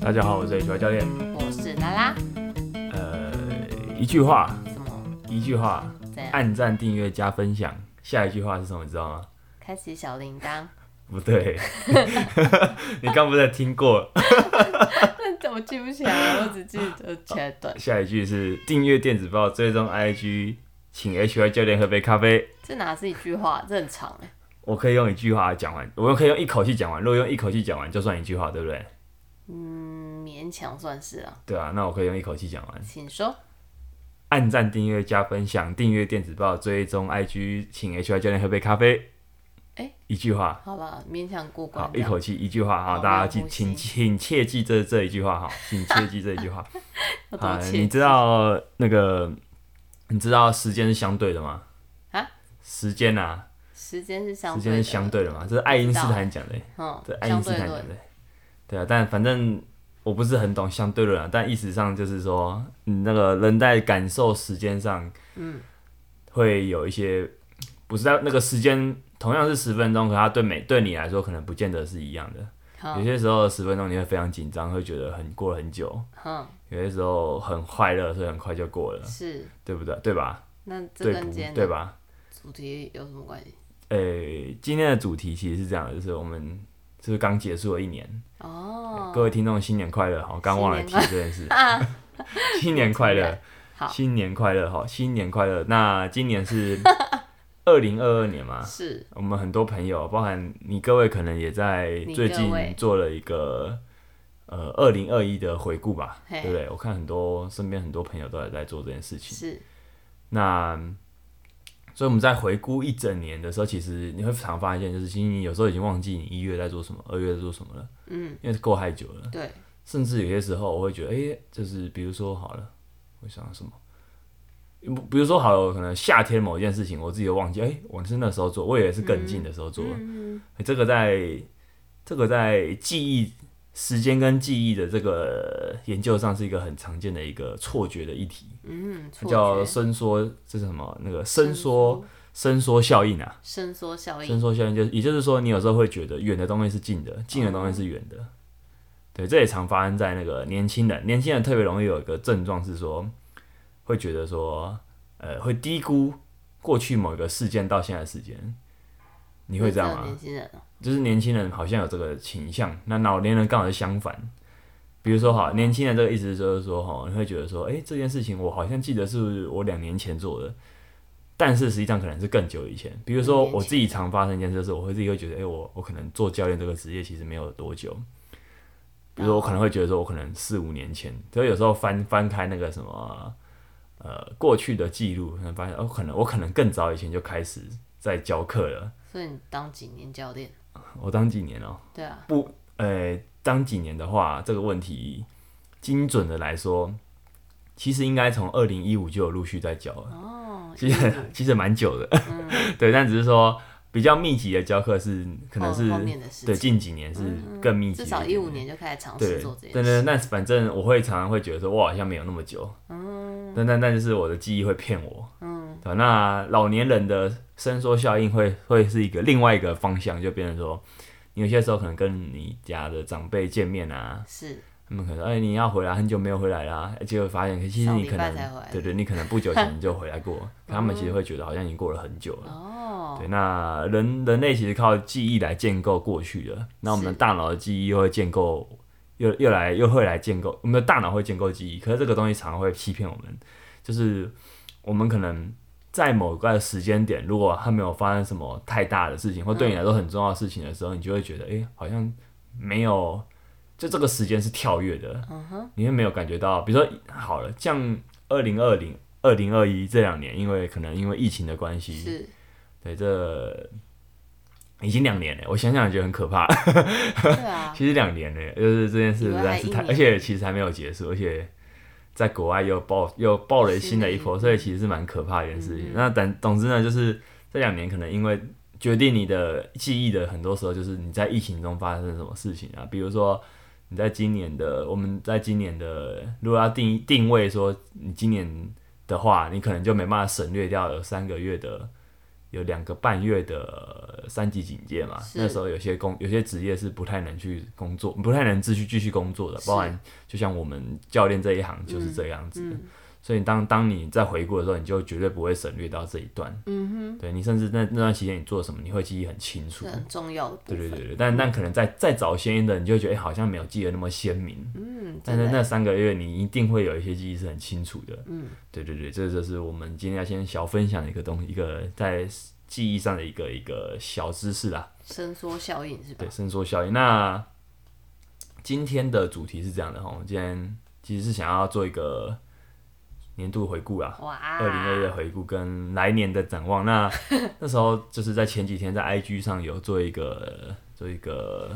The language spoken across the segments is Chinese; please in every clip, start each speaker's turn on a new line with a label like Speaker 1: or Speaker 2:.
Speaker 1: 大家好，我是 HR 教练。
Speaker 2: 我哦是拉拉，
Speaker 1: 呃，一句话，
Speaker 2: 什么
Speaker 1: 一句话，
Speaker 2: 怎样？
Speaker 1: 按赞、订阅、加分享。下一句话是什么？你知道吗？
Speaker 2: 开启小铃 铛？
Speaker 1: 不对， 你刚不是在听过？
Speaker 2: 那我记不起来，我只记得前段。
Speaker 1: 下一句是订阅电子报，追踪 IG，请 HR 教练喝杯咖啡。
Speaker 2: 这哪是一句话，这很长哎。
Speaker 1: 我可以用一句话讲完，我可以用一口气讲完。如果用一口气讲完，就算一句话，对不对？
Speaker 2: 嗯，勉强算是啊。
Speaker 1: 对啊，那我可以用一口气讲完。
Speaker 2: 请说，
Speaker 1: 按赞、订阅、加分享，订阅电子报，追踪 IG，请 HR 教练喝杯咖啡。
Speaker 2: 哎
Speaker 1: 一句话，
Speaker 2: 好了，勉强过关
Speaker 1: 好，
Speaker 2: 这
Speaker 1: 一
Speaker 2: 样。
Speaker 1: 口气一句话哈，
Speaker 2: 好
Speaker 1: 大家
Speaker 2: 没有
Speaker 1: 记，
Speaker 2: 呼吸
Speaker 1: 请请切记这这一句 话哈，请切记这一句话
Speaker 2: 我多
Speaker 1: 啊。
Speaker 2: 歉
Speaker 1: 你知道那个，你知道时间是相对的吗？
Speaker 2: 啊？
Speaker 1: 时间啊，
Speaker 2: 时间是相
Speaker 1: 时
Speaker 2: 对，
Speaker 1: 间是相，对的嘛，这是爱因斯坦讲的，
Speaker 2: 嗯
Speaker 1: 这，爱因
Speaker 2: 相
Speaker 1: 斯
Speaker 2: 对
Speaker 1: 坦讲
Speaker 2: 论
Speaker 1: 的。对啊，但反正我不是很懂相对论啊，但意思上就是说，你那个人在感受时间上，
Speaker 2: 嗯，
Speaker 1: 会有一些不是在那个时间同样是十分钟，可它对每对你来说可能不见得是一样的。
Speaker 2: 好
Speaker 1: 有，些时候十分钟你会非常紧张，会觉得很过了很久；
Speaker 2: 嗯，
Speaker 1: 有些时候很快乐，所以很快就过了，
Speaker 2: 是。
Speaker 1: 对不对？对吧？
Speaker 2: 那这
Speaker 1: 对
Speaker 2: 跟
Speaker 1: 不
Speaker 2: 今天
Speaker 1: 对
Speaker 2: 的
Speaker 1: 吧？
Speaker 2: 主题有什么关系？
Speaker 1: 呃、今天的主题其实是这样的，就是我们就是刚结束了一年，
Speaker 2: 哦，
Speaker 1: 各位听众新年快乐！好，刚忘了提这件事，新年 快乐，
Speaker 2: 好
Speaker 1: 新年快乐，好，新年快乐。那今年是 二零二二年嘛？
Speaker 2: 是
Speaker 1: 我们很多朋友，包含你各位，可能也在
Speaker 2: 你
Speaker 1: 最
Speaker 2: 各
Speaker 1: 近
Speaker 2: 位
Speaker 1: 做了一个呃二零二一的回顾吧，
Speaker 2: 嘿
Speaker 1: 对不对？我看很多身边很多朋友都有在做这件事情。
Speaker 2: 是，
Speaker 1: 那所以我们在回顾一整年的时候，其实你会常发现，就是其实你有时候已经忘记你一月在做什么，二月在做什么了，
Speaker 2: 嗯，
Speaker 1: 因为过太久了。
Speaker 2: 对，
Speaker 1: 甚至有些时候我会觉得，哎、就是比如说好了，我想什么？不比如说好了，我可能夏天某一件事情，我自己都忘记，哎、我是那时候做，我也是更近的时候做的。
Speaker 2: 嗯，
Speaker 1: 这个在这个在记忆时间跟记忆的这个研究上是一个很常见的一个错觉的议题，
Speaker 2: 嗯，
Speaker 1: 它
Speaker 2: 错
Speaker 1: 叫
Speaker 2: 觉
Speaker 1: 伸缩，这是什么？那个伸缩伸缩效应啊，
Speaker 2: 伸缩效
Speaker 1: 伸
Speaker 2: 应，
Speaker 1: 缩效应就是，也就是说，你有时候会觉得远的东西是近的，近的东西是远的。对，这也常发生在那个年轻人，年轻人特别容易有一个症状是说，会觉得说，呃，会低估过去某一个事件到现在的时间。你会这样
Speaker 2: 有
Speaker 1: 吗？
Speaker 2: 年轻人哦
Speaker 1: 就是年轻人好像有这个倾向，那老年人刚好是相反。比如说哈，年轻人这个意思就是说哈，你会觉得说，诶，这件事情我好像记得是我两年前做的，但是实际上可能是更久以前。比如说
Speaker 2: 两年前
Speaker 1: 我自己常发生一件事，就是我会自己会觉得，诶，我我可能做教练这个职业其实没有多久。比如说我可能会觉得说，我可能四五年前，所以有时候翻翻开那个什么，呃，过去的记录，可能发现哦，可能我可能更早以前就开始在教课了。
Speaker 2: 所以你当几年教练？
Speaker 1: 我当几年哦、
Speaker 2: 对啊，
Speaker 1: 呃，当几年的话，这个问题精准的来说，其实应该从二零一五就有陆续在教了，
Speaker 2: 哦，
Speaker 1: 其实其实蛮久的，
Speaker 2: 嗯
Speaker 1: 对，但只是说比较密集的教课是可能
Speaker 2: 后
Speaker 1: 是、
Speaker 2: 哦后面的事
Speaker 1: 对
Speaker 2: 情，嗯
Speaker 1: 近几年是更密集的，
Speaker 2: 至少一五年就开始尝
Speaker 1: 对
Speaker 2: 试做这，件
Speaker 1: 但
Speaker 2: 事。
Speaker 1: 是但是反正我会常常会觉得说，我好像没有那么久，嗯，但但但就是我的记忆会骗我，嗯，对吧那老年人的伸缩效应会会是一个另外一个方向，就变成说，你有些时候可能跟你家的长辈见面啊，
Speaker 2: 是
Speaker 1: 他们可能哎、你要回来，很久没有回来啦，结果发现其实
Speaker 2: 上
Speaker 1: 你
Speaker 2: 礼
Speaker 1: 可
Speaker 2: 拜
Speaker 1: 能
Speaker 2: 才回来
Speaker 1: 对对，你可能不久前你就回来过， 可他们其实会觉得好像已经过了很久了。
Speaker 2: 哦，
Speaker 1: 对，那人人类其实靠记忆来建构过去的，那我们的
Speaker 2: 是
Speaker 1: 大脑的记忆又会建构，又又来又会来建构，我们的大脑会建构记忆，可是这个东西常常会欺骗我们，就是我们可能在某个时间点，如果它没有发生什么太大的事情，或对你来说
Speaker 2: 嗯
Speaker 1: 很重要的事情的时候，你就会觉得，哎、好像没有，就这个时间是跳跃的，你会没有感觉到，比如说好了，像二零二零、二零二一这两年，因为可能因为疫情的关系，
Speaker 2: 是
Speaker 1: 对，这已经两年了，我想想也觉得很可怕。
Speaker 2: 对啊，
Speaker 1: 其实两年了，就是这件事实在是太，
Speaker 2: 以为还一年
Speaker 1: 而且其实还没有结束，而且在国外又爆又爆了新的一波，所以其实是蛮可怕的一件事情。
Speaker 2: 嗯
Speaker 1: 那但总之呢，就是这两年可能因为决定你的记忆的很多时候，就是你在疫情中发生什么事情啊，比如说。你在今年的，我们在今年的，如果要定定位说你今年的话，你可能就没办法省略掉有三个月的有两个半月的三级警戒嘛，
Speaker 2: 是
Speaker 1: 那时候有些工有些职业是不太能去工作，不太能继续继续工作的，包含就像我们教练这一行就是这样子。
Speaker 2: 嗯
Speaker 1: 所以你当当你在回顾的时候，你就绝对不会省略到这一段。
Speaker 2: 嗯
Speaker 1: 对你甚至那那段期间你做什么，你会记忆很清
Speaker 2: 哼，
Speaker 1: 楚
Speaker 2: 是。很重要的部
Speaker 1: 对
Speaker 2: 分。
Speaker 1: 对对对，但但可能再再早些的，你就会觉得、哎好像没有记得那么鲜明。
Speaker 2: 嗯，
Speaker 1: 但是
Speaker 2: 真的
Speaker 1: 那三个月你一定会有一些记忆是很清楚的。
Speaker 2: 嗯，
Speaker 1: 对对对，这就是我们今天要先小分享的一个东一个在记忆上的一个一个小知识啦。
Speaker 2: 伸缩效应是吧
Speaker 1: 对，？伸缩效应。那今天的主题是这样的哈，我们今天其实是想要做一个年度回顾啦。
Speaker 2: 哇，
Speaker 1: 二零二一的回顾跟来年的展望， 那那时候就是在前几天在 IG 上有做一个做一个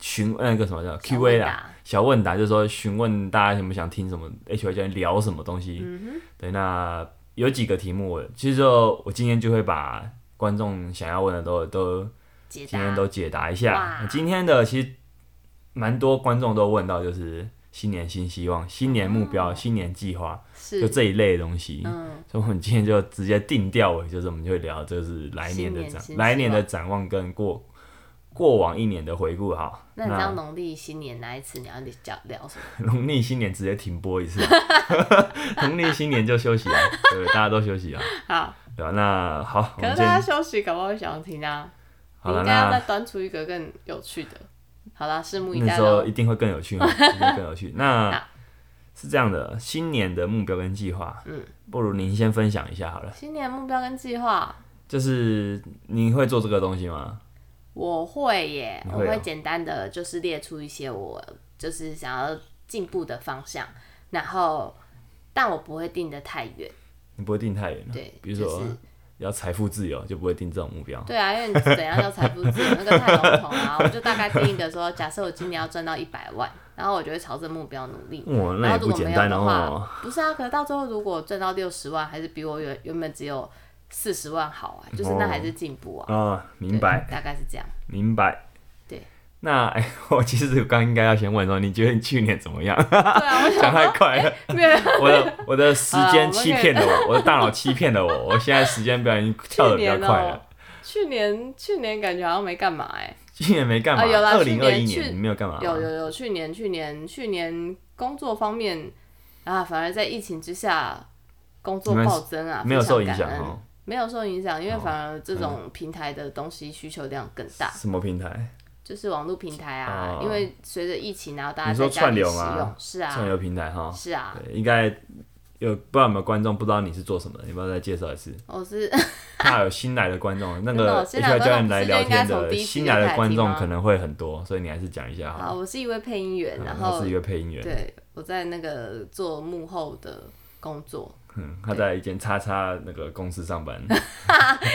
Speaker 1: 询那个什么叫
Speaker 2: 小
Speaker 1: Q&A
Speaker 2: 问
Speaker 1: 啦，
Speaker 2: 答，
Speaker 1: 小问答，就是说询问大家有没有想听什么，H Y 教练聊什么东西。
Speaker 2: 嗯
Speaker 1: 对，那有几个题目我，其实就我今天就会把观众想要问的都都
Speaker 2: 解
Speaker 1: 今天
Speaker 2: 答
Speaker 1: 都解答一下
Speaker 2: 哇。
Speaker 1: 今天的其实蛮多观众都问到，就是新年新希望、新年目标、新年计划，就
Speaker 2: 嗯是
Speaker 1: 这一类的东西。
Speaker 2: 嗯，
Speaker 1: 所以我们今天就直接定调为，就是我们就会聊，就是来年的
Speaker 2: 新年
Speaker 1: 展
Speaker 2: 新希，望
Speaker 1: 来年的展望跟过过往一年的回顾哈。
Speaker 2: 那你知道农历新年那一次你要聊 聊什么？
Speaker 1: 农历新年直接停播一 次，农历新年就休息啊，对，大家都休息啊，
Speaker 2: 好，
Speaker 1: 对吧、那好，我
Speaker 2: 可
Speaker 1: 们
Speaker 2: 是
Speaker 1: 今
Speaker 2: 大家
Speaker 1: 天
Speaker 2: 休息，搞不好会想要听啊。
Speaker 1: 好
Speaker 2: 你
Speaker 1: 了，
Speaker 2: 应该要再
Speaker 1: 那
Speaker 2: 端出一个更有趣的。好啦，拭目以
Speaker 1: 那
Speaker 2: 待
Speaker 1: 时候
Speaker 2: 喽。
Speaker 1: 一定会更有 趣，哦，一定会更有趣。那
Speaker 2: 好
Speaker 1: 是这样的，新年的目标跟计划，
Speaker 2: 嗯，
Speaker 1: 不如您先分享一下好了，
Speaker 2: 新年目标跟计划，
Speaker 1: 就是你会做这个东西吗？
Speaker 2: 我会耶，
Speaker 1: 你
Speaker 2: 我
Speaker 1: 会哦
Speaker 2: 会简单的就是列出一些我就是想要进步的方向，然后但我不会定的太远，
Speaker 1: 你不会定太远了，
Speaker 2: 对，
Speaker 1: 啊比如说
Speaker 2: 就是
Speaker 1: 要财富自由就不会定这种目标，
Speaker 2: 对啊，因为你怎样叫财富自由，那个太笼 统啊。我就大概定一个说，假设我今年要赚到一百万，然后我就会朝这目标努力。
Speaker 1: 哇，那也
Speaker 2: 然后如
Speaker 1: 不
Speaker 2: 果
Speaker 1: 简
Speaker 2: 没有
Speaker 1: 单
Speaker 2: 的
Speaker 1: 哦。
Speaker 2: 话，不是啊，可是到最后如果赚到六十万，还是比我原原本只有四十万好啊，就是那还是进步啊。
Speaker 1: 啊、明白。
Speaker 2: 对大概是这样。
Speaker 1: 明白。
Speaker 2: 对。
Speaker 1: 那哎、 我其实刚应该要先问说，你觉得你去年怎么样？
Speaker 2: 对啊，我
Speaker 1: 讲
Speaker 2: 想啊
Speaker 1: 太快了，
Speaker 2: 没有
Speaker 1: 我的我的时 间欺骗了我，我的大脑欺骗了我，我现在时间表已经跳的比较快
Speaker 2: 哦
Speaker 1: 了。
Speaker 2: 去年去年感觉好像没干嘛哎、
Speaker 1: 今年没干嘛，
Speaker 2: 啊有啦
Speaker 1: 二
Speaker 2: 去
Speaker 1: 零
Speaker 2: 年
Speaker 1: 二一
Speaker 2: 去
Speaker 1: 年你没有干嘛、
Speaker 2: 有有有，去年去年去年工作方面啊，反而在疫情之下工作
Speaker 1: 你们
Speaker 2: 暴增啊，
Speaker 1: 没有
Speaker 2: 非常
Speaker 1: 受影
Speaker 2: 感
Speaker 1: 响
Speaker 2: 恩
Speaker 1: 哦？
Speaker 2: 没有受影响，因为
Speaker 1: 哦
Speaker 2: 反而这种平台的东西需求量更大，
Speaker 1: 什么平台？
Speaker 2: 就是网络平台啊
Speaker 1: 哦，
Speaker 2: 因为随着疫情，然后大家
Speaker 1: 你说
Speaker 2: 在家里
Speaker 1: 串流
Speaker 2: 使
Speaker 1: 吗
Speaker 2: 用，是
Speaker 1: 串
Speaker 2: 啊，
Speaker 1: 流平台哈？
Speaker 2: 是啊，
Speaker 1: 对，应该有不知道有没有观众不知道你是做什么的，你不要再介绍一 次。
Speaker 2: 我是
Speaker 1: 怕有新来的观众，那
Speaker 2: 真的
Speaker 1: 个
Speaker 2: 哦新来
Speaker 1: HR
Speaker 2: 的
Speaker 1: 教练
Speaker 2: 观众不
Speaker 1: 来
Speaker 2: 是就
Speaker 1: 聊
Speaker 2: 应该
Speaker 1: 天
Speaker 2: 从
Speaker 1: 的
Speaker 2: 第一集
Speaker 1: 新来
Speaker 2: 就
Speaker 1: 的
Speaker 2: 开始
Speaker 1: 观众
Speaker 2: 听吗
Speaker 1: 可能会很多，所以你还是讲一下
Speaker 2: 啊，
Speaker 1: 哈。
Speaker 2: 我是一位配音员，
Speaker 1: 嗯
Speaker 2: 然
Speaker 1: 他
Speaker 2: 后
Speaker 1: 是一个配音员，
Speaker 2: 对我在那个做幕后的工作，
Speaker 1: 嗯，他在一间叉叉那个公司上班，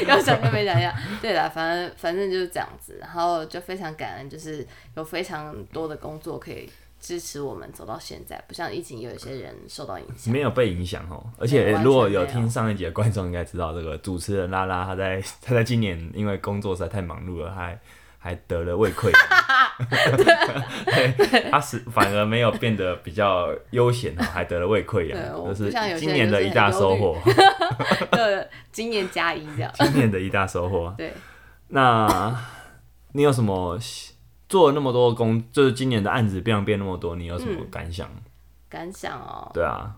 Speaker 2: 要讲就没讲一样。对啦，反正反正就是这样子，然后就非常感恩，就是有非常多的工作可以支持我们走到现在，不像疫情有一些人受到影响。
Speaker 1: 没有被影响哦。而且、
Speaker 2: 完全
Speaker 1: 如果有
Speaker 2: 没有
Speaker 1: 听上一节的观众应该知道，这个主持人拉拉他在他在今年因为工作实在太忙碌了，他还还得了胃溃 疡对，他是反而没有变得比较悠闲哦，还得了胃溃
Speaker 2: 对
Speaker 1: 疡，
Speaker 2: 我
Speaker 1: 就是
Speaker 2: 不像有些
Speaker 1: 今
Speaker 2: 人
Speaker 1: 年的
Speaker 2: 就是
Speaker 1: 一大
Speaker 2: 很忧
Speaker 1: 收
Speaker 2: 虑
Speaker 1: 获，
Speaker 2: 对，经验加一这样。
Speaker 1: 今年的一大收获。
Speaker 2: 对，
Speaker 1: 那你有什么做了那么多工，就是今年的案子变量变那么多，你有什
Speaker 2: 嗯
Speaker 1: 么感想？
Speaker 2: 感想哦，
Speaker 1: 对啊，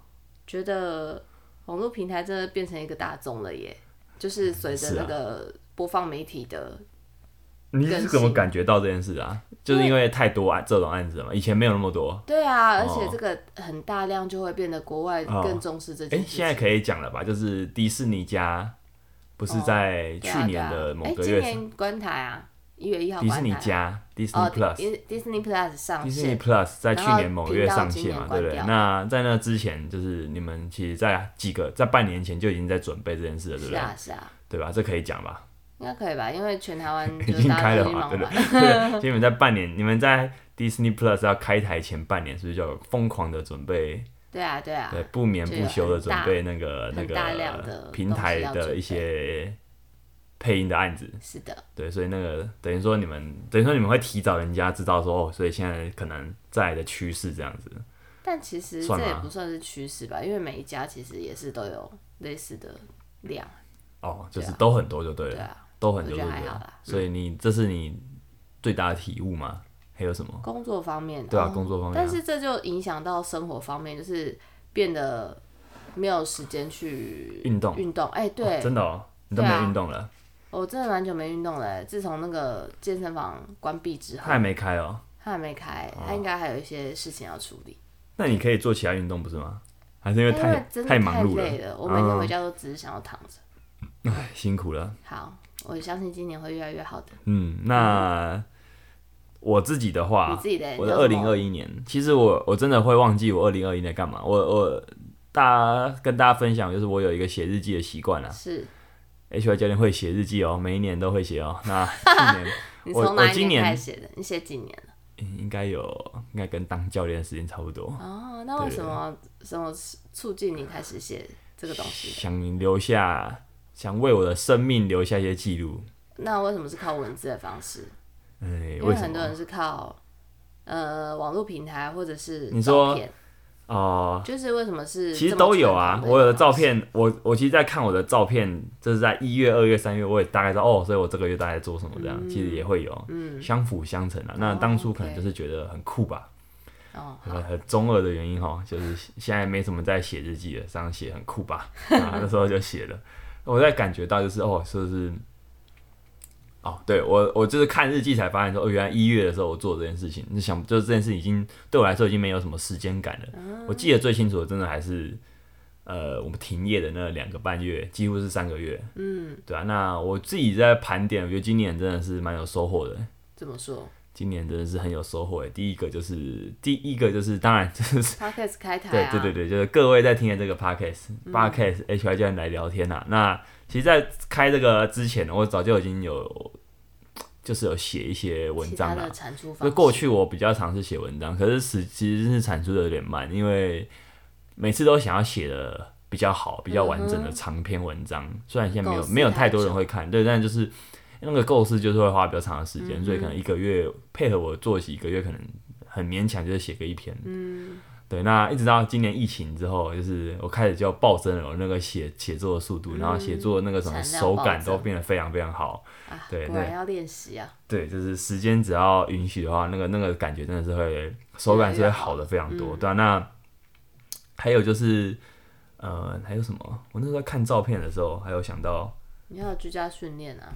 Speaker 2: 觉得网络平台真的变成一个大众了耶，就是随着
Speaker 1: 是啊
Speaker 2: 那个播放媒体的，
Speaker 1: 你是怎么感觉到这件事啊？就是因为太多案这种案子了嘛，以前没有那么多。
Speaker 2: 对啊，而
Speaker 1: 哦
Speaker 2: 且这个很大量就会变得国外
Speaker 1: 哦
Speaker 2: 更重视这
Speaker 1: 哎、
Speaker 2: 件事情。
Speaker 1: 现在可以讲了吧？就是迪士尼家不是在
Speaker 2: 对
Speaker 1: 去
Speaker 2: 啊
Speaker 1: 年
Speaker 2: 对
Speaker 1: 的
Speaker 2: 啊
Speaker 1: 某个
Speaker 2: 哎
Speaker 1: 月，
Speaker 2: 今年关台啊，一月一号
Speaker 1: 迪士
Speaker 2: 关
Speaker 1: 尼
Speaker 2: 台啊。
Speaker 1: 家 Disney
Speaker 2: 哦
Speaker 1: Plus、
Speaker 2: Dis- Disney Plus 上
Speaker 1: 迪士尼
Speaker 2: 线，
Speaker 1: Plus 在去年某个月上线嘛，
Speaker 2: 然后频道今年
Speaker 1: 对不对
Speaker 2: 关？掉
Speaker 1: 那在那之前，就是你们其实，在几个在半年前就已经在准备这件事了，对不
Speaker 2: 是
Speaker 1: 对？
Speaker 2: 啊是啊，
Speaker 1: 对吧？这可以讲吧？
Speaker 2: 应该可以吧？因为全台湾
Speaker 1: 已
Speaker 2: 就是
Speaker 1: 经
Speaker 2: 大
Speaker 1: 开了
Speaker 2: 家都已经
Speaker 1: 嘛，
Speaker 2: 忙
Speaker 1: 对不
Speaker 2: 完，
Speaker 1: 对？ 对，所以你们在半年，你们在 Disney Plus 要开台前半年，是不是就有疯狂的准备
Speaker 2: 对啊对啊
Speaker 1: 对，，不眠不休的准备那个那
Speaker 2: 很大很大量
Speaker 1: 个
Speaker 2: 的
Speaker 1: 平台的一些配音的案子，
Speaker 2: 是的，
Speaker 1: 对，所以那个等于说你们等于说你们会提早人家知道说哦，所以现在可能在的趋势这样子，
Speaker 2: 但其实
Speaker 1: 算
Speaker 2: 这
Speaker 1: 吗
Speaker 2: 也不算是趋势吧，因为每一家其实也是都有类似的量，
Speaker 1: 哦，就是
Speaker 2: 对啊
Speaker 1: 都很多就对了，
Speaker 2: 对啊，
Speaker 1: 都
Speaker 2: 我
Speaker 1: 很多
Speaker 2: 觉
Speaker 1: 就
Speaker 2: 得
Speaker 1: 对
Speaker 2: 还好
Speaker 1: 了。
Speaker 2: 啦。嗯
Speaker 1: 所以你这是你最大的体悟吗？还有什么？
Speaker 2: 工作方面，
Speaker 1: 对啊，
Speaker 2: 哦
Speaker 1: 工作方面、
Speaker 2: 但
Speaker 1: 啊，
Speaker 2: 是这就影响到生活方面，就是变得没有时间去
Speaker 1: 运动
Speaker 2: 运动，哎、对、
Speaker 1: 哦真的哦，你都没
Speaker 2: 对啊
Speaker 1: 有运动了，
Speaker 2: 我真的蛮久没运动了、自从那个健身房关闭之
Speaker 1: 他
Speaker 2: 后，
Speaker 1: 还没开哦。
Speaker 2: 他还没开，他应该还有一些事情要处理。
Speaker 1: 那你可以做其他运动不是吗？还是因为
Speaker 2: 因
Speaker 1: 太
Speaker 2: 为哎真的
Speaker 1: 忙碌
Speaker 2: 累
Speaker 1: 了，嗯
Speaker 2: 了，我每天回家都只是想要躺着。
Speaker 1: 唉，辛苦了。
Speaker 2: 好，我相信今年会越来越好的。
Speaker 1: 嗯，那我自己的话，
Speaker 2: 你自己的，
Speaker 1: 我的二零二一年，其实我我真的会忘记我二零二一年干嘛。我我大家跟大家分享，就是我有一个写日记的习惯啦。
Speaker 2: 是，
Speaker 1: H Y 教练会写日记哦，每一年都会写哦。那去年
Speaker 2: 你
Speaker 1: 我
Speaker 2: 从哪
Speaker 1: 我
Speaker 2: 一
Speaker 1: 今
Speaker 2: 年
Speaker 1: 年
Speaker 2: 开始写的？你写几年了？
Speaker 1: 嗯应该有，应该跟当教练的时间差不多。
Speaker 2: 哦，那为什么什么促进你开始写这个东西？
Speaker 1: 想留下，想为我的生命留下一些记录。
Speaker 2: 那为什么是靠文字的方式？
Speaker 1: 哎，
Speaker 2: 因
Speaker 1: 为
Speaker 2: 为
Speaker 1: 什
Speaker 2: 很多
Speaker 1: 么？
Speaker 2: 人是靠呃网络平台或者是
Speaker 1: 你说
Speaker 2: 照片，
Speaker 1: 哦、
Speaker 2: 就是为什么是
Speaker 1: 其实
Speaker 2: 这么
Speaker 1: 都有啊
Speaker 2: 传。统
Speaker 1: 我有的
Speaker 2: 方
Speaker 1: 照
Speaker 2: 式
Speaker 1: 片，我我其实，在看我的照片，就是在一月、二月、三月，我也大概知道哦，所以我这个月大概做什么这样，其实也会有，相辅相成啊。那
Speaker 2: 嗯哦
Speaker 1: 当初可能
Speaker 2: OK
Speaker 1: 就是觉得很酷吧，
Speaker 2: 哦，
Speaker 1: 很呃很中二的原因哈，就是现在没什么在写日记了，这样写很酷吧，然后那时候就写了。我在感觉到就是哦，就是哦，对我我就是看日记才发现说，哦，原来一月的时候我做这件事情，你想就是这件事已经对我来说已经没有什么时间感了。我记得最清楚的，真的还是呃我们停业的那两个半月，几乎是三个月。嗯，对啊。那我自己在盘点，我觉得今年真的是蛮有收获的。
Speaker 2: 怎么说
Speaker 1: 今年真的是很有收获的。欸第一个就是，第一个就是，当然 就是
Speaker 2: ？Podcast 开台
Speaker 1: 对
Speaker 2: 啊，嗯
Speaker 1: 对对对，就是各位在听的这个 podcast podcast HY 教练来聊天啊。那其实，在开这个之前，我早就已经有就是有写一些文
Speaker 2: 其
Speaker 1: 章啊
Speaker 2: 他
Speaker 1: 了
Speaker 2: 的。产出方
Speaker 1: 就
Speaker 2: 式，
Speaker 1: 过去我比较尝试写文章，可是实其实是产出的有点慢，因为每次都想要写的比较好、比较完整的长篇文章。虽然现在没有
Speaker 2: 构思
Speaker 1: 没有
Speaker 2: 太
Speaker 1: 太多人
Speaker 2: 久
Speaker 1: 会看，对，但就是那个构思就是会花比较长的时间，所以可能一个月配合我的作息，一个月可能很勉强就是写个一篇。嗯，对。那一直到今年疫情之后，就是我开始就暴增了我那个写写作的速度，然后写作那个什么
Speaker 2: 嗯产量
Speaker 1: 手
Speaker 2: 暴
Speaker 1: 感都
Speaker 2: 增
Speaker 1: 变得非常非常好。
Speaker 2: 啊，
Speaker 1: 对
Speaker 2: 果然要练习啊，
Speaker 1: 对，就是时间只要允许的话，那个那个感觉真的是会手感是会好的非常
Speaker 2: 嗯
Speaker 1: 多，对啊，那还有就是呃，还有什么？我那时候在看照片的时候，还有想到，
Speaker 2: 你要有居家训练啊。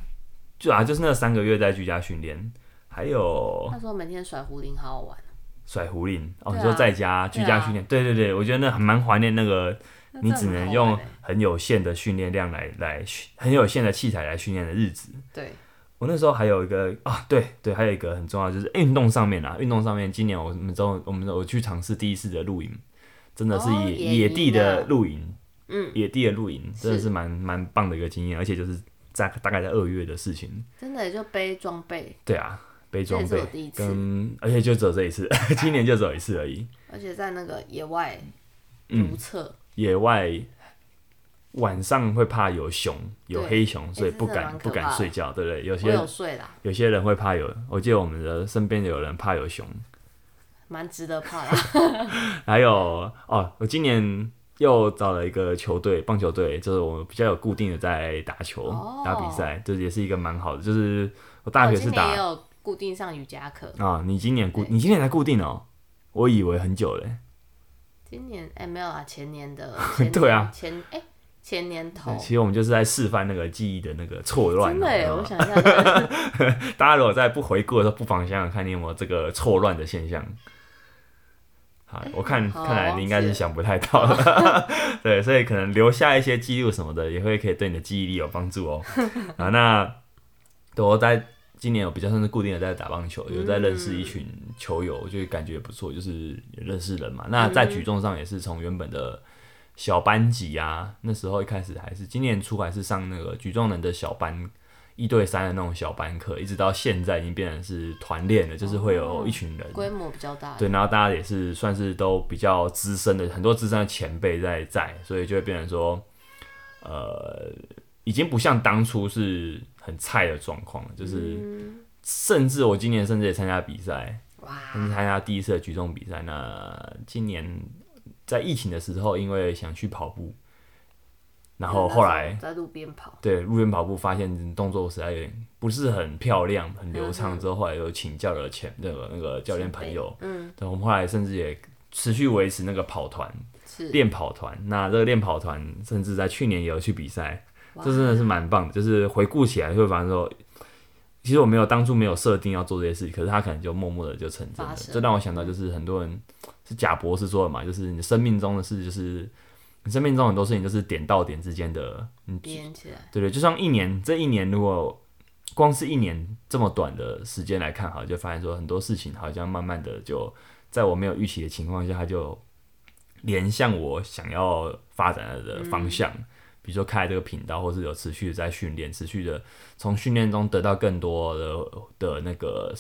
Speaker 1: 就啊，就是那三个月在居家训练，还有
Speaker 2: 那时候每天甩壶铃好好玩，啊
Speaker 1: 甩胡铃哦，
Speaker 2: 对啊
Speaker 1: 你说在家居家训练，对对对，我觉得那还蛮怀念那个
Speaker 2: 那
Speaker 1: 你
Speaker 2: 真的
Speaker 1: 只
Speaker 2: 很
Speaker 1: 能
Speaker 2: 好
Speaker 1: 用
Speaker 2: 玩欸
Speaker 1: 很有限的训练量来来训很有限的器材来训练的日子。
Speaker 2: 对，
Speaker 1: 我那时候还有一个啊，对对，还有一个很重要就是运动上面啊，运动上面，今年我们都我们我去尝试第一次的露营，真的是野、
Speaker 2: 哦野
Speaker 1: 野地的
Speaker 2: 营啊
Speaker 1: 露营，
Speaker 2: 嗯，
Speaker 1: 野地的露营真的
Speaker 2: 是
Speaker 1: 是蛮蛮棒的一个经验，而且就是在大概在二月的事情，
Speaker 2: 真的就背装备，
Speaker 1: 对啊，背
Speaker 2: 这
Speaker 1: 装
Speaker 2: 也是
Speaker 1: 备
Speaker 2: 我第一次，
Speaker 1: 跟而且就只有这一次， 今年就只有一次而已，
Speaker 2: 而且在那个野外如厕，
Speaker 1: 野外。晚上会怕有熊，有
Speaker 2: 对
Speaker 1: 黑熊，所以
Speaker 2: 这
Speaker 1: 不
Speaker 2: 真的
Speaker 1: 敢
Speaker 2: 蛮
Speaker 1: 不
Speaker 2: 可
Speaker 1: 敢
Speaker 2: 怕的
Speaker 1: 睡觉，对不对？有
Speaker 2: 我
Speaker 1: 些
Speaker 2: 有睡啦，
Speaker 1: 有些人会怕有，我记得我们的身边有人怕有熊，
Speaker 2: 蛮值得怕啦。
Speaker 1: 还有哦，我今年又找了一个球队，棒球队，就是我比较有固定的在打球、
Speaker 2: 哦
Speaker 1: 打比赛，这也是一个蛮好的。就是我 大学
Speaker 2: 我
Speaker 1: 是
Speaker 2: 今年也
Speaker 1: 打啊、啊
Speaker 2: 有固定上瑜伽课，
Speaker 1: 你今年固
Speaker 2: 对
Speaker 1: 你今年才固定哦，我以为很久嘞。
Speaker 2: 今年哎没有啊，前年 的，前
Speaker 1: 对啊
Speaker 2: 前哎前年头。
Speaker 1: 其实我们就是在示范那个记忆的那个错乱、
Speaker 2: 哦真
Speaker 1: 啊。
Speaker 2: 的耶，
Speaker 1: 嗯
Speaker 2: 我想一下，
Speaker 1: 大家如果在不回顾的时候，不妨想想看你有没有这个错乱的现象。好，我看
Speaker 2: 好
Speaker 1: 看来你应该
Speaker 2: 忘记
Speaker 1: 是
Speaker 2: 了
Speaker 1: 想不太到了， 对，所以可能留下一些记录什么的，也会可以对你的记忆力有帮助哦。啊，那对我在今年有比较算是固定的在打棒球，有在认识一群球友，就感觉不错，就是认识人嘛。那在举重上也是从原本的小班级啊，那时候一开始还是今年初还是上那个举重人的小班一对三的那种小班课，一直到现在已经变成是团练了，就是会有一群人。
Speaker 2: 规模比较大，
Speaker 1: 对，然后大家也是算是都比较资深的，很多资深的前辈在在，所以就会变成说，呃，已经不像当初是很菜的状况了，就是、甚至我今年甚至也参加比赛，
Speaker 2: 哇，
Speaker 1: 参加第一次的举重比赛。那今年在疫情的时候，因为想去跑步，然后后
Speaker 2: 那时
Speaker 1: 来
Speaker 2: 候在路边跑，
Speaker 1: 对路边跑步发现动作实在有点不是很漂亮、很流畅，之后后来又请教了前那个那个教练朋友，
Speaker 2: 嗯，
Speaker 1: 对，我们后来甚至也持续维持那个跑团
Speaker 2: 是
Speaker 1: 练跑团。那这个练跑团甚至在去年也有去比赛，
Speaker 2: 哇
Speaker 1: 这真的是蛮棒的。就是回顾起来会发现说，其实我没有当初没有设定要做这些事情，可是他可能就默默的就成真了
Speaker 2: 发。生
Speaker 1: 这让我想到就是很多人是贾博士说的嘛，就是你生命中的事就是。你生命中很多事情就是点到点之间的，你
Speaker 2: 编起来，
Speaker 1: 对对，就像一年，这一年如果光是一年这么短的时间来看，哈，就发现说很多事情好像慢慢的就在我没有预期的情况下，它就连向我想要发展的方向，比如说开这个频道，或是有持续的在训练，持续的从训练中得到更多的的那个。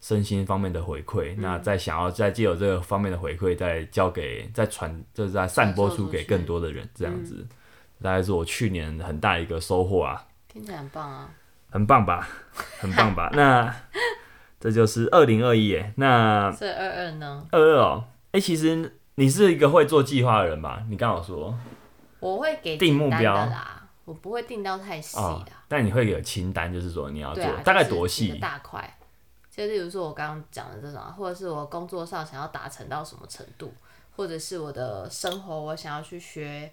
Speaker 1: 身心方面的回馈，那再想要再借由这个方面的回馈，再交给再传，就是在散播
Speaker 2: 传授
Speaker 1: 出
Speaker 2: 出
Speaker 1: 给
Speaker 2: 去
Speaker 1: 更多的人，这样子。大概是我去年很大一个收获啊，
Speaker 2: 听起来很棒啊！
Speaker 1: 很棒吧， 很棒 吧。那这就是二零二一耶。那
Speaker 2: 所以二二呢，
Speaker 1: 二二哦，哎、其实你是一个会做计划的人吧？你刚好说
Speaker 2: 我会给
Speaker 1: 定
Speaker 2: 简单
Speaker 1: 目标
Speaker 2: 的啦，我不会定到太细
Speaker 1: 哦
Speaker 2: 的。，
Speaker 1: 但你会有清单，就是说你要做、
Speaker 2: 对啊，
Speaker 1: 大概
Speaker 2: 就是
Speaker 1: 多
Speaker 2: 几个
Speaker 1: 细？
Speaker 2: 大块，就例如说我刚刚讲的这种啊，或者是我工作上想要达成到什么程度，或者是我的生活我想要去学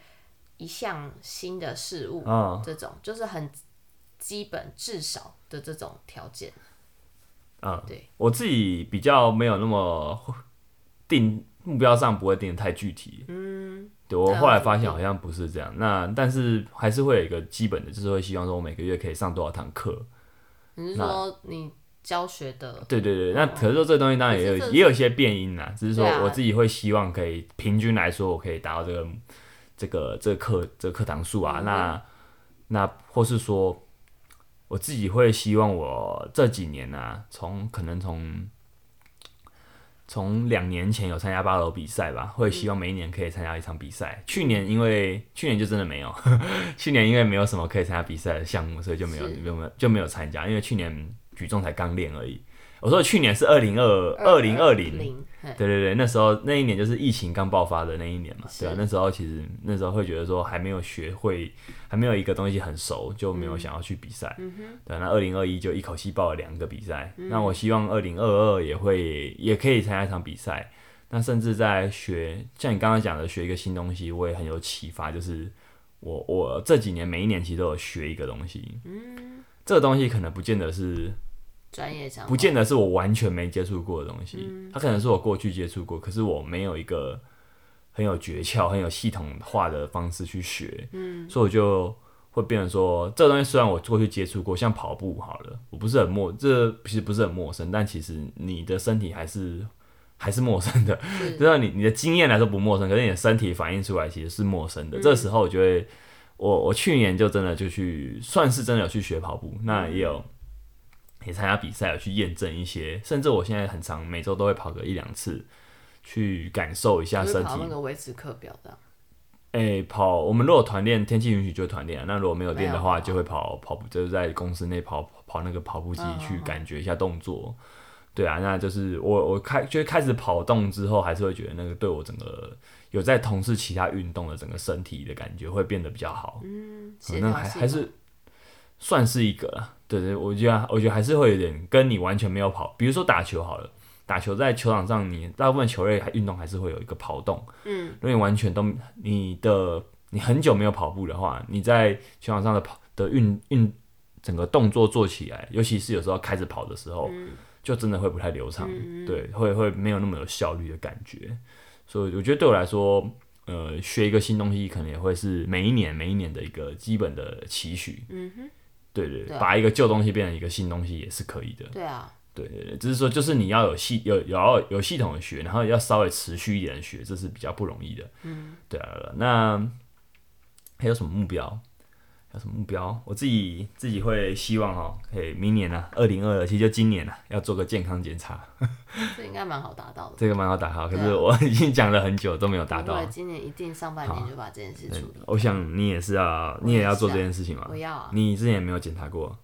Speaker 2: 一项新的事物，
Speaker 1: 哦
Speaker 2: 这种就是很基本至少的这种条件。
Speaker 1: 嗯，
Speaker 2: 对，
Speaker 1: 我自己比较没有那么定目标上不会定的太具体。嗯，对我
Speaker 2: 对啊
Speaker 1: 后来发现好像不是这样。那但是还是会有一个基本的，就是会希望说我每个月可以上多少堂课。
Speaker 2: 你是说你教学的？
Speaker 1: 对对对，那可是说这东西当然也有
Speaker 2: 哦可是这
Speaker 1: 也有一些变音啦，只是说
Speaker 2: 对啊
Speaker 1: 我自己会希望可以平均来说，我可以达到这个这个这个课这个课堂数啊，
Speaker 2: 嗯
Speaker 1: 那那或是说我自己会希望我这几年啊，从可能从从两年前有参加八楼比赛吧，会希望每一年可以参加一场比赛。去年因为去年就真的没有， 去年因为没有什么可以参加比赛的项目，所以就没有
Speaker 2: 是
Speaker 1: 就没有就没有参加，因为去年举重才刚练而已。我说的去年是二零二二零二零，
Speaker 2: 零，嘿
Speaker 1: 对对对，那时候那一年就是疫情刚爆发的那一年嘛，
Speaker 2: 是
Speaker 1: 对啊，那时候其实那时候会觉得说还没有学会，还没有一个东西很熟，就没有想要去比赛。对啊，那二零二一就一口气报了两个比赛，那我希望二零二二也会也可以参加一场比赛。那甚至在学，像你刚刚讲的学一个新东西，我也很有启发，就是我我这几年每一年其实都有学一个东西，嗯，这个东西可能不见得是
Speaker 2: 专业讲
Speaker 1: 不见得是我完全没接触过的东西，它可能是我过去接触过，可是我没有一个很有诀窍、很有系统化的方式去学，嗯，所以我就会变成说，这个东西虽然我过去接触过，像跑步好了，我不是很陌，这其实不是很陌生，但其实你的身体还是还是陌生的，
Speaker 2: 是
Speaker 1: 就是你你的经验来说不陌生，可是你的身体反映出来其实是陌生的。
Speaker 2: 嗯
Speaker 1: 这时候我就会，我我去年就真的就去，算是真的有去学跑步，
Speaker 2: 嗯
Speaker 1: 那也有也参加比赛，有去验证一些，甚至我现在很常每周都会跑个一两次，去感受一下
Speaker 2: 就是
Speaker 1: 身体
Speaker 2: 跑那个维持课表的，
Speaker 1: 诶，哎跑我们如果团练，天气允许就团练啊、那如果没有练的
Speaker 2: 没
Speaker 1: 话，
Speaker 2: 有
Speaker 1: 就会跑跑步，就是在公司内跑跑那个跑步机
Speaker 2: 嗯
Speaker 1: 去
Speaker 2: 嗯嗯
Speaker 1: 感觉一下动作。对啊，那就是我我开就是开始跑动之后，还是会觉得那个对我整个有在从事其他运动的整个身体的感觉会变得比较好。
Speaker 2: 嗯，
Speaker 1: 嗯
Speaker 2: 协
Speaker 1: 那
Speaker 2: 调
Speaker 1: 还
Speaker 2: 性
Speaker 1: 还
Speaker 2: 嘛
Speaker 1: 是算是一个啦，对对，我觉得我觉得还是会有点跟你完全没有跑，比如说打球好了，打球在球场上你大部分球类还运动还是会有一个跑动，
Speaker 2: 嗯，
Speaker 1: 如果你完全都你的你很久没有跑步的话，你在球场上的跑的运运整个动作做起来，尤其是有时候开始跑的时候，就真的会不太流畅，对，会会没有那么有效率的感觉，所以我觉得对我来说。呃，学一个新东西，可能也会是每一年每一年的一个基本的期许。嗯哼，对对，
Speaker 2: 对
Speaker 1: 对
Speaker 2: 啊
Speaker 1: 把一个旧东西变成一个新东西也是可以的。
Speaker 2: 对啊，
Speaker 1: 对对对，只是说就是你要有系有有要有系统的学，然后要稍微持续一点的学，这是比较不容易的。嗯，对啊。对啊那还有什么目标？还有什么目标？我自己自己会希望哦，可以明年啊，二零二二，其实就今年啊，要做个健康检查，
Speaker 2: 这应该蛮好达到的。
Speaker 1: 这个蛮好打哦好，可
Speaker 2: 对
Speaker 1: 是
Speaker 2: 啊
Speaker 1: 我 已经讲了很久都没有达
Speaker 2: 不
Speaker 1: 到啊
Speaker 2: 会。今年一定上半年就把这件事处理。
Speaker 1: 我想你也是啊，
Speaker 2: 我
Speaker 1: 你
Speaker 2: 也
Speaker 1: 也要
Speaker 2: 是
Speaker 1: 做这
Speaker 2: 啊
Speaker 1: 件事情嘛
Speaker 2: 我。要啊，
Speaker 1: 你之前也没有检查过，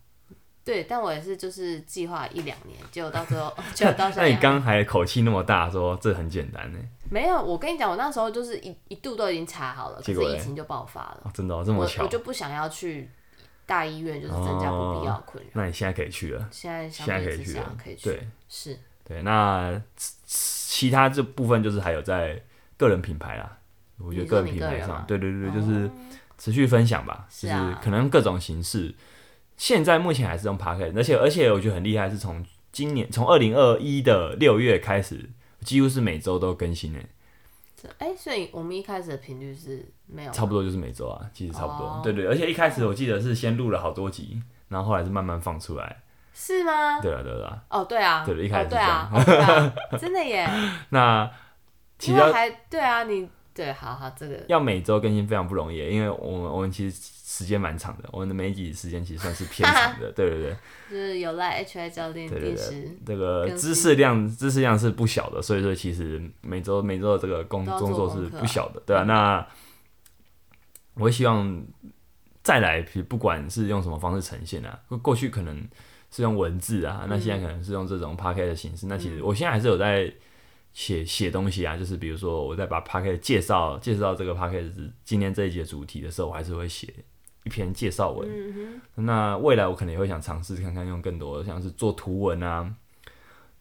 Speaker 2: 对，但我也是就是 啊计划一两年，结果到最后，结果到现
Speaker 1: 那
Speaker 2: 在
Speaker 1: 你刚还口气那么大说这很简单呢？欸
Speaker 2: 没有，我跟你讲，我那时候就是一一度都已经查好了，可
Speaker 1: 结
Speaker 2: 是
Speaker 1: 果嘞
Speaker 2: 疫情就爆发了，
Speaker 1: 哦真的、哦、这么
Speaker 2: 我
Speaker 1: 巧
Speaker 2: 我？就不想要去大医院，就是增加不必要的困扰。
Speaker 1: 那你现在可以去了，
Speaker 2: 现在相
Speaker 1: 哦现在可
Speaker 2: 比
Speaker 1: 以
Speaker 2: 之
Speaker 1: 去
Speaker 2: 下
Speaker 1: 了，
Speaker 2: 可以去，
Speaker 1: 对
Speaker 2: 是
Speaker 1: 对。那其其他这部分就是还有在个人品牌啦，我觉得
Speaker 2: 你说
Speaker 1: 人
Speaker 2: 你
Speaker 1: 品
Speaker 2: 个
Speaker 1: 牌
Speaker 2: 人
Speaker 1: 上
Speaker 2: 吗，
Speaker 1: 对对对，就是持续分享吧，
Speaker 2: 是
Speaker 1: 就
Speaker 2: 啊
Speaker 1: 是可能各种形式。现在目前还是用 p o c k e t 而且而且我觉得很厉害，是从今年从二零二一的六月开始，几乎是每周都更新诶，欸
Speaker 2: 这哎、所以我们一开始的频率是没有
Speaker 1: 差不多就是每周啊，其实差不多。
Speaker 2: 哦
Speaker 1: 对对，而且一开始我记得是先录了好多集，然后后来是慢慢放出来。
Speaker 2: 是吗？
Speaker 1: 对啊对啊，
Speaker 2: 哦，对啊，
Speaker 1: 对一开始是
Speaker 2: 哦对啊，
Speaker 1: 这
Speaker 2: 哦对啊真的耶，
Speaker 1: 那 其
Speaker 2: 因
Speaker 1: 实
Speaker 2: 为
Speaker 1: 要
Speaker 2: 还对啊，你对，好好这个
Speaker 1: 要每周更新非常不容易，因为我们我们其实时间蛮长的，我们的每一集时间其实算是偏长的，对对对
Speaker 2: 就是有赖 HI 教练
Speaker 1: 对对
Speaker 2: 定
Speaker 1: 对
Speaker 2: 时，
Speaker 1: 这个
Speaker 2: 更新
Speaker 1: 知识量知识量是不小的，所以说其实每周每周的这个工
Speaker 2: 都要做
Speaker 1: 工作
Speaker 2: 功
Speaker 1: 是
Speaker 2: 课啊
Speaker 1: 不小的，对啊，那我会希望再来，其实不管是用什么方式呈现啊，过过去可能是用文字啊，那现在可能是用这种 p a c k e t 的形式，那其实我现在还是有在。写写东西啊，就是比如说我在把 p a c k e t 介绍介绍这个 p a c k e t 今天这一节主题的时候，我还是会写一篇介绍文。
Speaker 2: 嗯
Speaker 1: 那未来我可能也会想尝试看看用更多像是做图文啊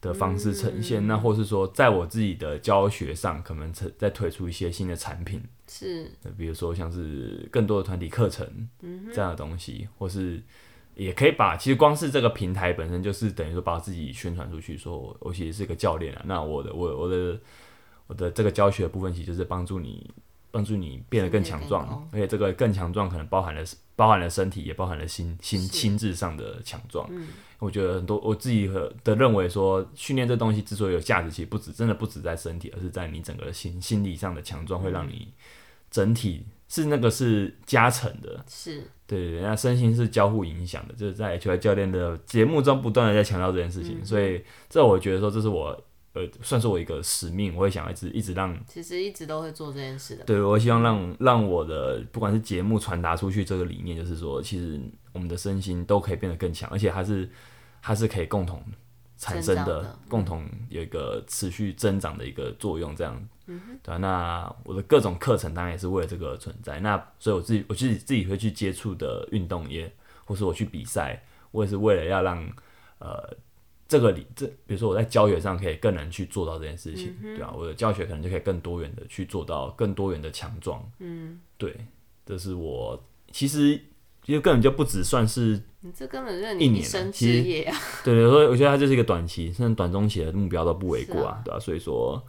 Speaker 1: 的方式呈现，那或是说在我自己的教学上，可能再推出一些新的产品，
Speaker 2: 哼，是
Speaker 1: 呃比如说像是更多的团体课程
Speaker 2: 嗯
Speaker 1: 这样的东西，或是也可以把其实光是这个平台本身就是等于说把自己宣传出去，说我我其实是个教练啊，那我的我我的我的这个教学的部分其实就是帮助你帮助你变得更强壮
Speaker 2: 身体，
Speaker 1: 而且这个更强壮可能包含了包含了身体，也包含了心心
Speaker 2: 是
Speaker 1: 心智上的强壮。我觉得很多我自己和的认为说，训练这东西之所以有价值，其实不止真的不止在身体，而是在你整个心心理上的强壮，会让你整体是那个是加成的，
Speaker 2: 是，
Speaker 1: 对对对，那身心是交互影响的，就是在 HY 教练的节目中不断的在强调这件事情，所以这我觉得说这是我呃算是我一个使命，我会想一直一直让
Speaker 2: 其实一直都会做这件事的，
Speaker 1: 对，我希望让让我的不管是节目传达出去这个理念，就是说，其实我们的身心都可以变得更强，而且它是它是可以共同产生
Speaker 2: 增长
Speaker 1: 的，
Speaker 2: 的
Speaker 1: 共同有一个持续增长的一个作用，这样。对啊、那我的各种课程当然也是为了这个而存在。那所以我自己我自己自己会去接触的运动也，或是我去比赛，我也是为了要让呃这个理这，比如说我在教学上可以更能去做到这件事情，对吧、我的教学可能就可以更多元的去做到更多元的强壮，嗯，对，这是我其实其实根本就不只算是
Speaker 2: 你这根本就是
Speaker 1: 一
Speaker 2: 你
Speaker 1: 年
Speaker 2: 一
Speaker 1: 啊
Speaker 2: 生
Speaker 1: 其
Speaker 2: 职
Speaker 1: 实
Speaker 2: 业啊，
Speaker 1: 对对，所以我觉得它就是一个短期甚至短中期的目标都不为过
Speaker 2: 是
Speaker 1: 啊
Speaker 2: 啊，
Speaker 1: 对吧、所以说，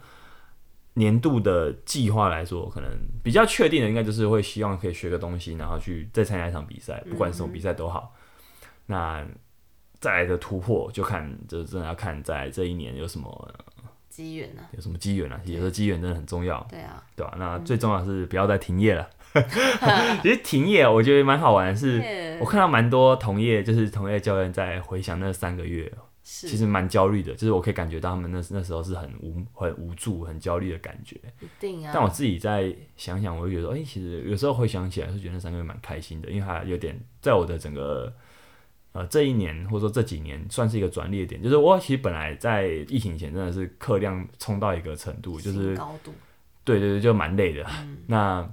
Speaker 1: 年度的计划来说，可能比较确定的，应该就是会希望可以学个东西，然后去再参加一场比赛，不管是什么比赛都好。那再来的突破，就看就是真的要看在这一年有什么
Speaker 2: 机缘啊，
Speaker 1: 有什么机缘啊。有时候机缘真的很重要，
Speaker 2: 对啊，
Speaker 1: 对吧、那最重要的是不要再停业了。其实停业我觉得蛮好玩的是，
Speaker 2: 耶
Speaker 1: 我看到蛮多同业就是同业教练在回想那三个月
Speaker 2: 是
Speaker 1: 其实蛮焦虑的，就是我可以感觉到他们那那时候是很无、很无助、很焦虑的感觉。
Speaker 2: 一定啊，
Speaker 1: 但我自己再想想，我会觉得，哎、其实有时候回想起来，是觉得那三个月蛮开心的，因为它有点在我的整个呃这一年或者说这几年算是一个转捩点。就是我其实本来在疫情前真的是客量冲到一个程度，就
Speaker 2: 新
Speaker 1: 是
Speaker 2: 高度，
Speaker 1: 对对对，就蛮累的。那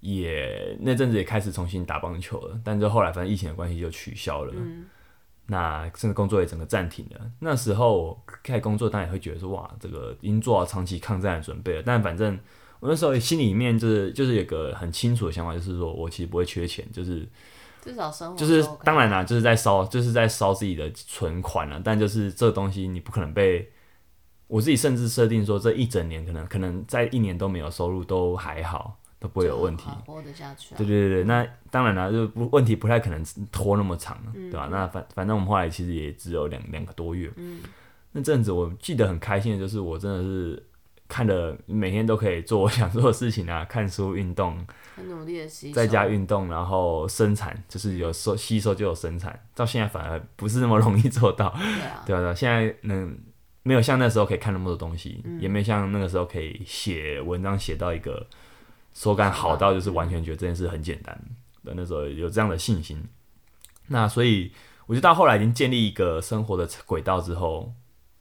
Speaker 1: 也那阵子也开始重新打棒球了，但是后来反正疫情的关系就取消了。
Speaker 2: 嗯，
Speaker 1: 那甚至工作也整个暂停了。那时候开始工作，当然也会觉得说，哇，这个已经做好长期抗战的准备了。但反正我那时候心里面就是就是有个很清楚的想法，就是说我其实不会缺钱，就是
Speaker 2: 至少生活
Speaker 1: 就是
Speaker 2: 都 OK
Speaker 1: 当然啦、就是在烧就是在烧自己的存款了、但就是这东西你不可能被我自己甚至设定说这一整年可能可能在一年都没有收入都还好，都不会有
Speaker 2: 就
Speaker 1: 问
Speaker 2: 好
Speaker 1: 题。
Speaker 2: 好活得下去啊
Speaker 1: 对，对对，对那当然了，就不问题不太可能拖那么长，啊对吧、那反反正我们后来其实也只有两两个多月。那阵子我记得很开心的就是，我真的是看了每天都可以做我想做的事情啊，看书、 运动，
Speaker 2: 很努力的吸收，
Speaker 1: 在家运动，然后生产，就是有收吸收就有生产。到现在反而不是那么容易做到，
Speaker 2: 对啊，
Speaker 1: 对啊，对啊，现在能没有像那时候可以看那么多东西，
Speaker 2: 嗯
Speaker 1: 也没有像那个时候可以写文章写到一个手感好到就是完全觉得这件事很简单的那时候有这样的信心。那所以我觉得到后来已经建立一个生活的轨道之后，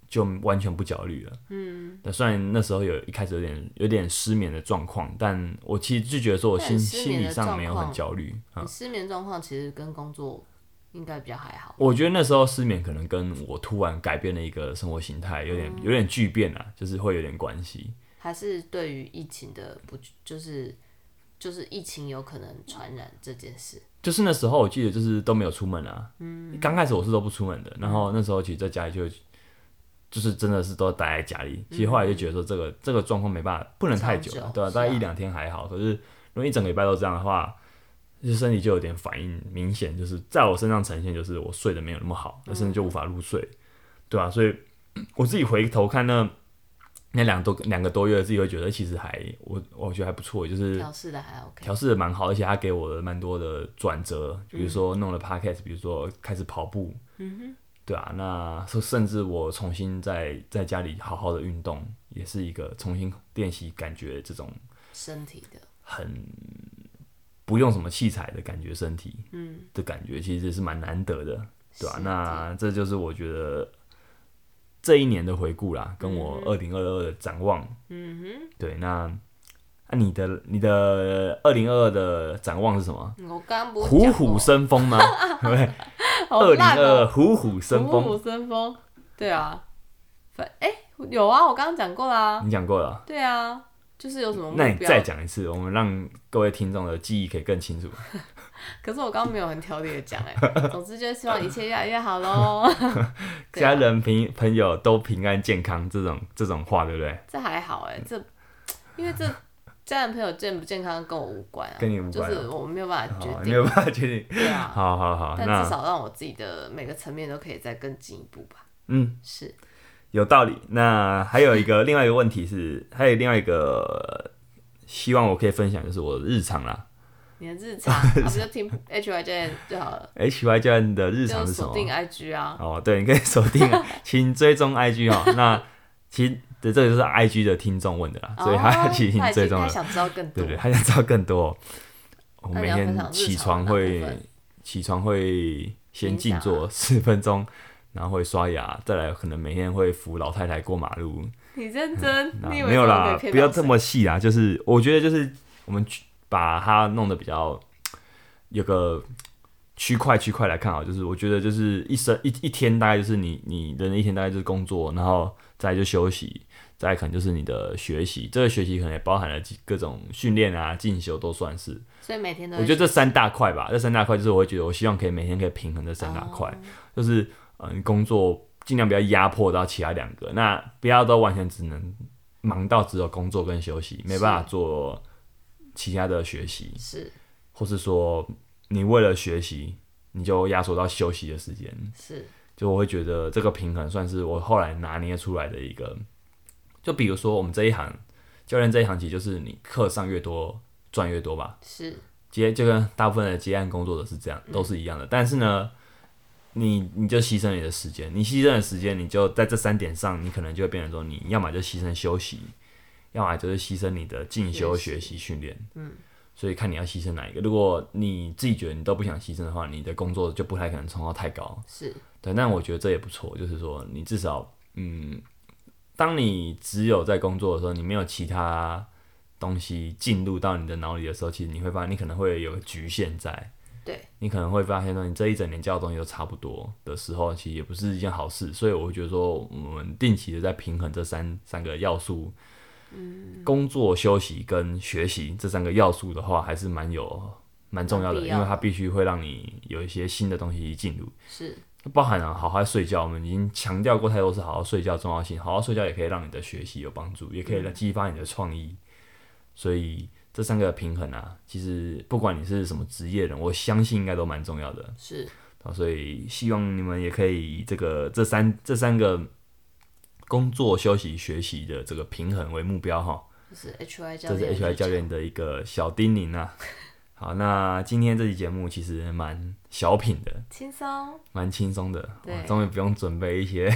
Speaker 1: 就完全不焦虑了。嗯，那虽然那时候有一开始有点有点失眠的状况，但我其实就觉得说我
Speaker 2: 但
Speaker 1: 心
Speaker 2: 失
Speaker 1: 心
Speaker 2: 眠
Speaker 1: 理
Speaker 2: 的
Speaker 1: 上
Speaker 2: 状
Speaker 1: 没有
Speaker 2: 况
Speaker 1: 很焦虑。嗯
Speaker 2: 你失眠状况其实跟工作应该比较还好。
Speaker 1: 我觉得那时候失眠可能跟我突然改变了一个生活形态，有点有点巨变啊，就是会有点关系。
Speaker 2: 还是对于疫情的不就是就是疫情有可能传染这件事，
Speaker 1: 就是那时候我记得就是都没有出门啊，嗯，刚开始我是都不出门的，然后那时候其实在家里就就是真的是都待在家里，其实后来就觉得说这个这个状况没办法，不能太久
Speaker 2: 嗯长
Speaker 1: 了
Speaker 2: 久，
Speaker 1: 对吧、
Speaker 2: 是啊
Speaker 1: 大概一两天还好，可是如果一整个礼拜都这样的话，就身体就有点反应明显，就是在我身上呈现就是我睡得没有那么
Speaker 2: 嗯
Speaker 1: 好，那甚至就无法入睡，对啊吧、所以我自己回头看那。那两多两个多月，自己会觉得其实还我我觉得还不错，就是
Speaker 2: 调试的还 OK。
Speaker 1: 调试的蛮好，而且他给我的蛮多的转折，比如说弄了 podcast，比如说开始跑步，嗯对啊，那甚甚至我重新在在家里好好的运动，也是一个重新练习感觉这种
Speaker 2: 身体的，
Speaker 1: 很不用什么器材的感觉，身体嗯的感觉，其实是蛮难得的，对啊，
Speaker 2: 是
Speaker 1: 那这就是我觉得这一年的回顾啦，跟
Speaker 2: 嗯
Speaker 1: 我二零二二的展望，嗯哼，对，那。那、你的你的二零二二的展望是什么？
Speaker 2: 嗯我刚刚不是
Speaker 1: 虎
Speaker 2: 讲
Speaker 1: 虎
Speaker 2: 过
Speaker 1: 生风吗？对不对？
Speaker 2: 好
Speaker 1: 二零
Speaker 2: 烂哦
Speaker 1: 二虎虎生
Speaker 2: 虎
Speaker 1: 风，
Speaker 2: 虎生风，对啊，反哎、有啊，我刚刚讲过啦、
Speaker 1: 你讲过了。
Speaker 2: 对啊，就是有什么目
Speaker 1: 嗯那
Speaker 2: 标
Speaker 1: 你，再讲一次，我们让各位听众的记忆可以更清楚。
Speaker 2: 可是我刚刚没有很条理的讲哎、 总之就是希望一切越来越好喽。对啊
Speaker 1: 家人、平朋友都平安健康，这种这种话，对不对？
Speaker 2: 这还好哎、这因为这家人朋友健不健康跟我无关啊，
Speaker 1: 跟你无关啊
Speaker 2: 就是我没有办法决
Speaker 1: 好，你没
Speaker 2: 定，
Speaker 1: 有办法确定。
Speaker 2: 对啊。
Speaker 1: 好好好，
Speaker 2: 但至
Speaker 1: 那
Speaker 2: 少让我自己的每个层面都可以再更进一步吧。
Speaker 1: 嗯，
Speaker 2: 是，
Speaker 1: 有道理。那还有一个另外一个问题是，还有另外一个希望我可以分享，就是我的日常啦。
Speaker 2: 你的 日常，啊、不就听 H Y J N 就好了，
Speaker 1: H Y 教练的日常
Speaker 2: 就是
Speaker 1: 什
Speaker 2: 锁
Speaker 1: 么？
Speaker 2: 定 I G 啊，
Speaker 1: 哦，对，你可以锁定，啊 请追踪 IG 哦。那其实对，这个就是 IG 的听众问的啦，所以他
Speaker 2: 哦
Speaker 1: 其实已
Speaker 2: 他
Speaker 1: 经
Speaker 2: 已
Speaker 1: 追
Speaker 2: 经
Speaker 1: 踪
Speaker 2: 他
Speaker 1: 了，
Speaker 2: 想知道更多
Speaker 1: 对不对？他想知道更多。我每
Speaker 2: 那你要分
Speaker 1: 天
Speaker 2: 享日
Speaker 1: 起
Speaker 2: 常
Speaker 1: 床
Speaker 2: 的哪部
Speaker 1: 会
Speaker 2: 分
Speaker 1: 起床会先
Speaker 2: 冥
Speaker 1: 静
Speaker 2: 想啊
Speaker 1: 坐十分钟，然后会刷牙，再来可能每天会扶老太太过马路。
Speaker 2: 你认真，
Speaker 1: 嗯那
Speaker 2: 你以
Speaker 1: 啊没
Speaker 2: 为
Speaker 1: 有
Speaker 2: 这种
Speaker 1: 啦
Speaker 2: 可以，骗
Speaker 1: 不要
Speaker 2: 到
Speaker 1: 这
Speaker 2: 谁
Speaker 1: 么细啊，就是我觉得就是我们去把它弄得比较有个区块区块来看啊，就是我觉得就是一生一一天大概就是你你人的一天大概就是工作，然后再来就休息，再来可能就是你的学习，这个学习可能也包含了几各种训练啊、进修都算是。
Speaker 2: 所以每天都
Speaker 1: 我觉得这三大块吧，这三大块就是我会觉得我希望可以每天可以平衡这三大块，就是嗯工作尽量不要压迫到其他两个，那不要都完全只能忙到只有工作跟休息，没办法做其他的学习，
Speaker 2: 是
Speaker 1: 或是说你为了学习你就压缩到休息的时间，
Speaker 2: 是
Speaker 1: 就我会觉得这个平衡算是我后来拿捏出来的一个。就比如说我们这一行教练这一行，其实就是你课上越多赚越多吧，
Speaker 2: 是
Speaker 1: 接就跟大部分的接案工作者是这样，都是一样的。但是呢，你你就牺牲你的时间，你牺牲了时间，你就在这三点上，你可能就会变成说，你要么就牺牲休息，要么就是牺牲你的进修、
Speaker 2: 学
Speaker 1: 学习、训练。嗯，所以看你要牺牲哪一个。如果你自己觉得你都不想牺牲的话，你的工作就不太可能冲到太高。
Speaker 2: 是
Speaker 1: 对，但我觉得这也不错，就是说你至少，嗯，当你只有在工作的时候，你没有其他东西进入到你的脑里的时候，其实你会发现你可能会有个局限在，
Speaker 2: 对
Speaker 1: 你可能会发现说你这一整年教的东西都差不多的时候，其实也不是一件好事。所以我会觉得说，我们定期的在平衡这三三个要素。
Speaker 2: 嗯
Speaker 1: 工作、休息跟学习这三个要素的话，还是蛮有蛮重要的，
Speaker 2: 蛮必要
Speaker 1: 因为它
Speaker 2: 的
Speaker 1: 必须会让你有一些新的东西进入。
Speaker 2: 是
Speaker 1: 包含了好好睡觉，我们已经强调过太多次好好睡觉的重要性。好好睡觉也可以让你的学习有帮助，也可以来激发你的创意。所以这三个平衡啊，其实不管你是什么职业人，我相信应该都蛮重要的。
Speaker 2: 是
Speaker 1: 啊所以希望你们也可以以这个这三这三个工作、休息、学习的这个平衡为目标哈。
Speaker 2: 就是 H Y 教
Speaker 1: 这
Speaker 2: 练
Speaker 1: 是
Speaker 2: 的
Speaker 1: H
Speaker 2: 日常，
Speaker 1: Y 教练的一个小叮咛啊。好，那今天这期节目其实蛮小品的，
Speaker 2: 轻松
Speaker 1: 蛮轻松的，
Speaker 2: 对
Speaker 1: 哇终于不用准备一些。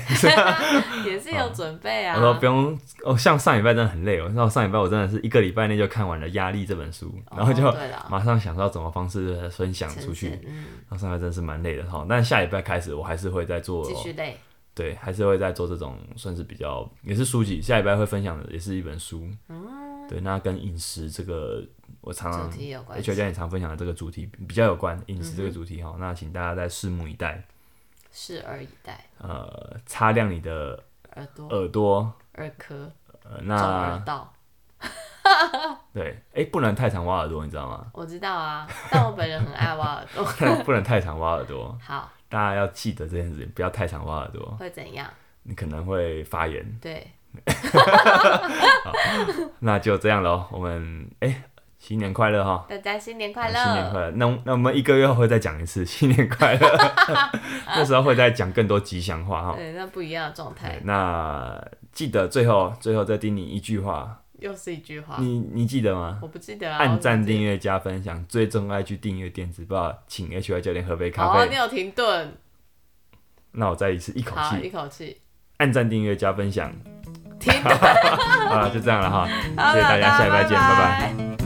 Speaker 2: 也是有准备啊
Speaker 1: 嗯我。说不用，哦，像上礼拜真的很累，我道上礼拜我真的是一个礼拜内就看完了《压力》这本书，然后就
Speaker 2: 哦对啦，
Speaker 1: 马上想到怎么方式分享出去。
Speaker 2: 呈现嗯，
Speaker 1: 然后上礼拜真的是蛮累的哈，但下礼拜开始我还是会再做
Speaker 2: 继续累，
Speaker 1: 对，还是会在做这种算是比较也是书籍，下礼拜会分享的也是一本书。对，那跟饮食这个我常常
Speaker 2: 嗯主题有
Speaker 1: 嗯
Speaker 2: 关
Speaker 1: H
Speaker 2: 系嗯
Speaker 1: R 教练常分享的这个主题比较有关饮食这个主题哈、那请大家再拭目以待，
Speaker 2: 拭而以待，
Speaker 1: 呃，擦亮你的
Speaker 2: 耳朵、
Speaker 1: 耳朵，
Speaker 2: 耳科、
Speaker 1: 呃，
Speaker 2: 中耳
Speaker 1: 那
Speaker 2: 道，
Speaker 1: 对，哎、不能太常挖耳朵，你知道吗？
Speaker 2: 我知道啊，但我本人很爱挖耳朵。
Speaker 1: 不能太常挖耳朵，
Speaker 2: 好，
Speaker 1: 大家要记得这件事情，不要太常挖耳朵，
Speaker 2: 会怎样？
Speaker 1: 你可能会发炎。
Speaker 2: 对，
Speaker 1: 那就这样喽，我们哎、新年快乐哈！
Speaker 2: 大家新年快乐！
Speaker 1: 啊新年快乐！那那我们一个月后会再讲一次新年快 乐，那时候会再讲更多吉祥话哈。
Speaker 2: 对，那不一样的状态
Speaker 1: 对，那记得最后最后再叮你一句话，
Speaker 2: 又是一句话，
Speaker 1: 你你记得吗？
Speaker 2: 我不记得啊。
Speaker 1: 按赞、
Speaker 2: 我只记
Speaker 1: 订阅、加分享，最钟爱去订阅电子报，请 H Y 教练喝杯
Speaker 2: 得
Speaker 1: 咖
Speaker 2: 哦，
Speaker 1: 啡。
Speaker 2: 你有停顿，
Speaker 1: 那我再一次一口
Speaker 2: 好，一
Speaker 1: 气，
Speaker 2: 口气
Speaker 1: 按赞、订阅、加分享，
Speaker 2: 停顿。
Speaker 1: 好了，就这样了哈，
Speaker 2: 好
Speaker 1: 谢谢
Speaker 2: 了
Speaker 1: 大家，下礼拜见，拜拜
Speaker 2: 拜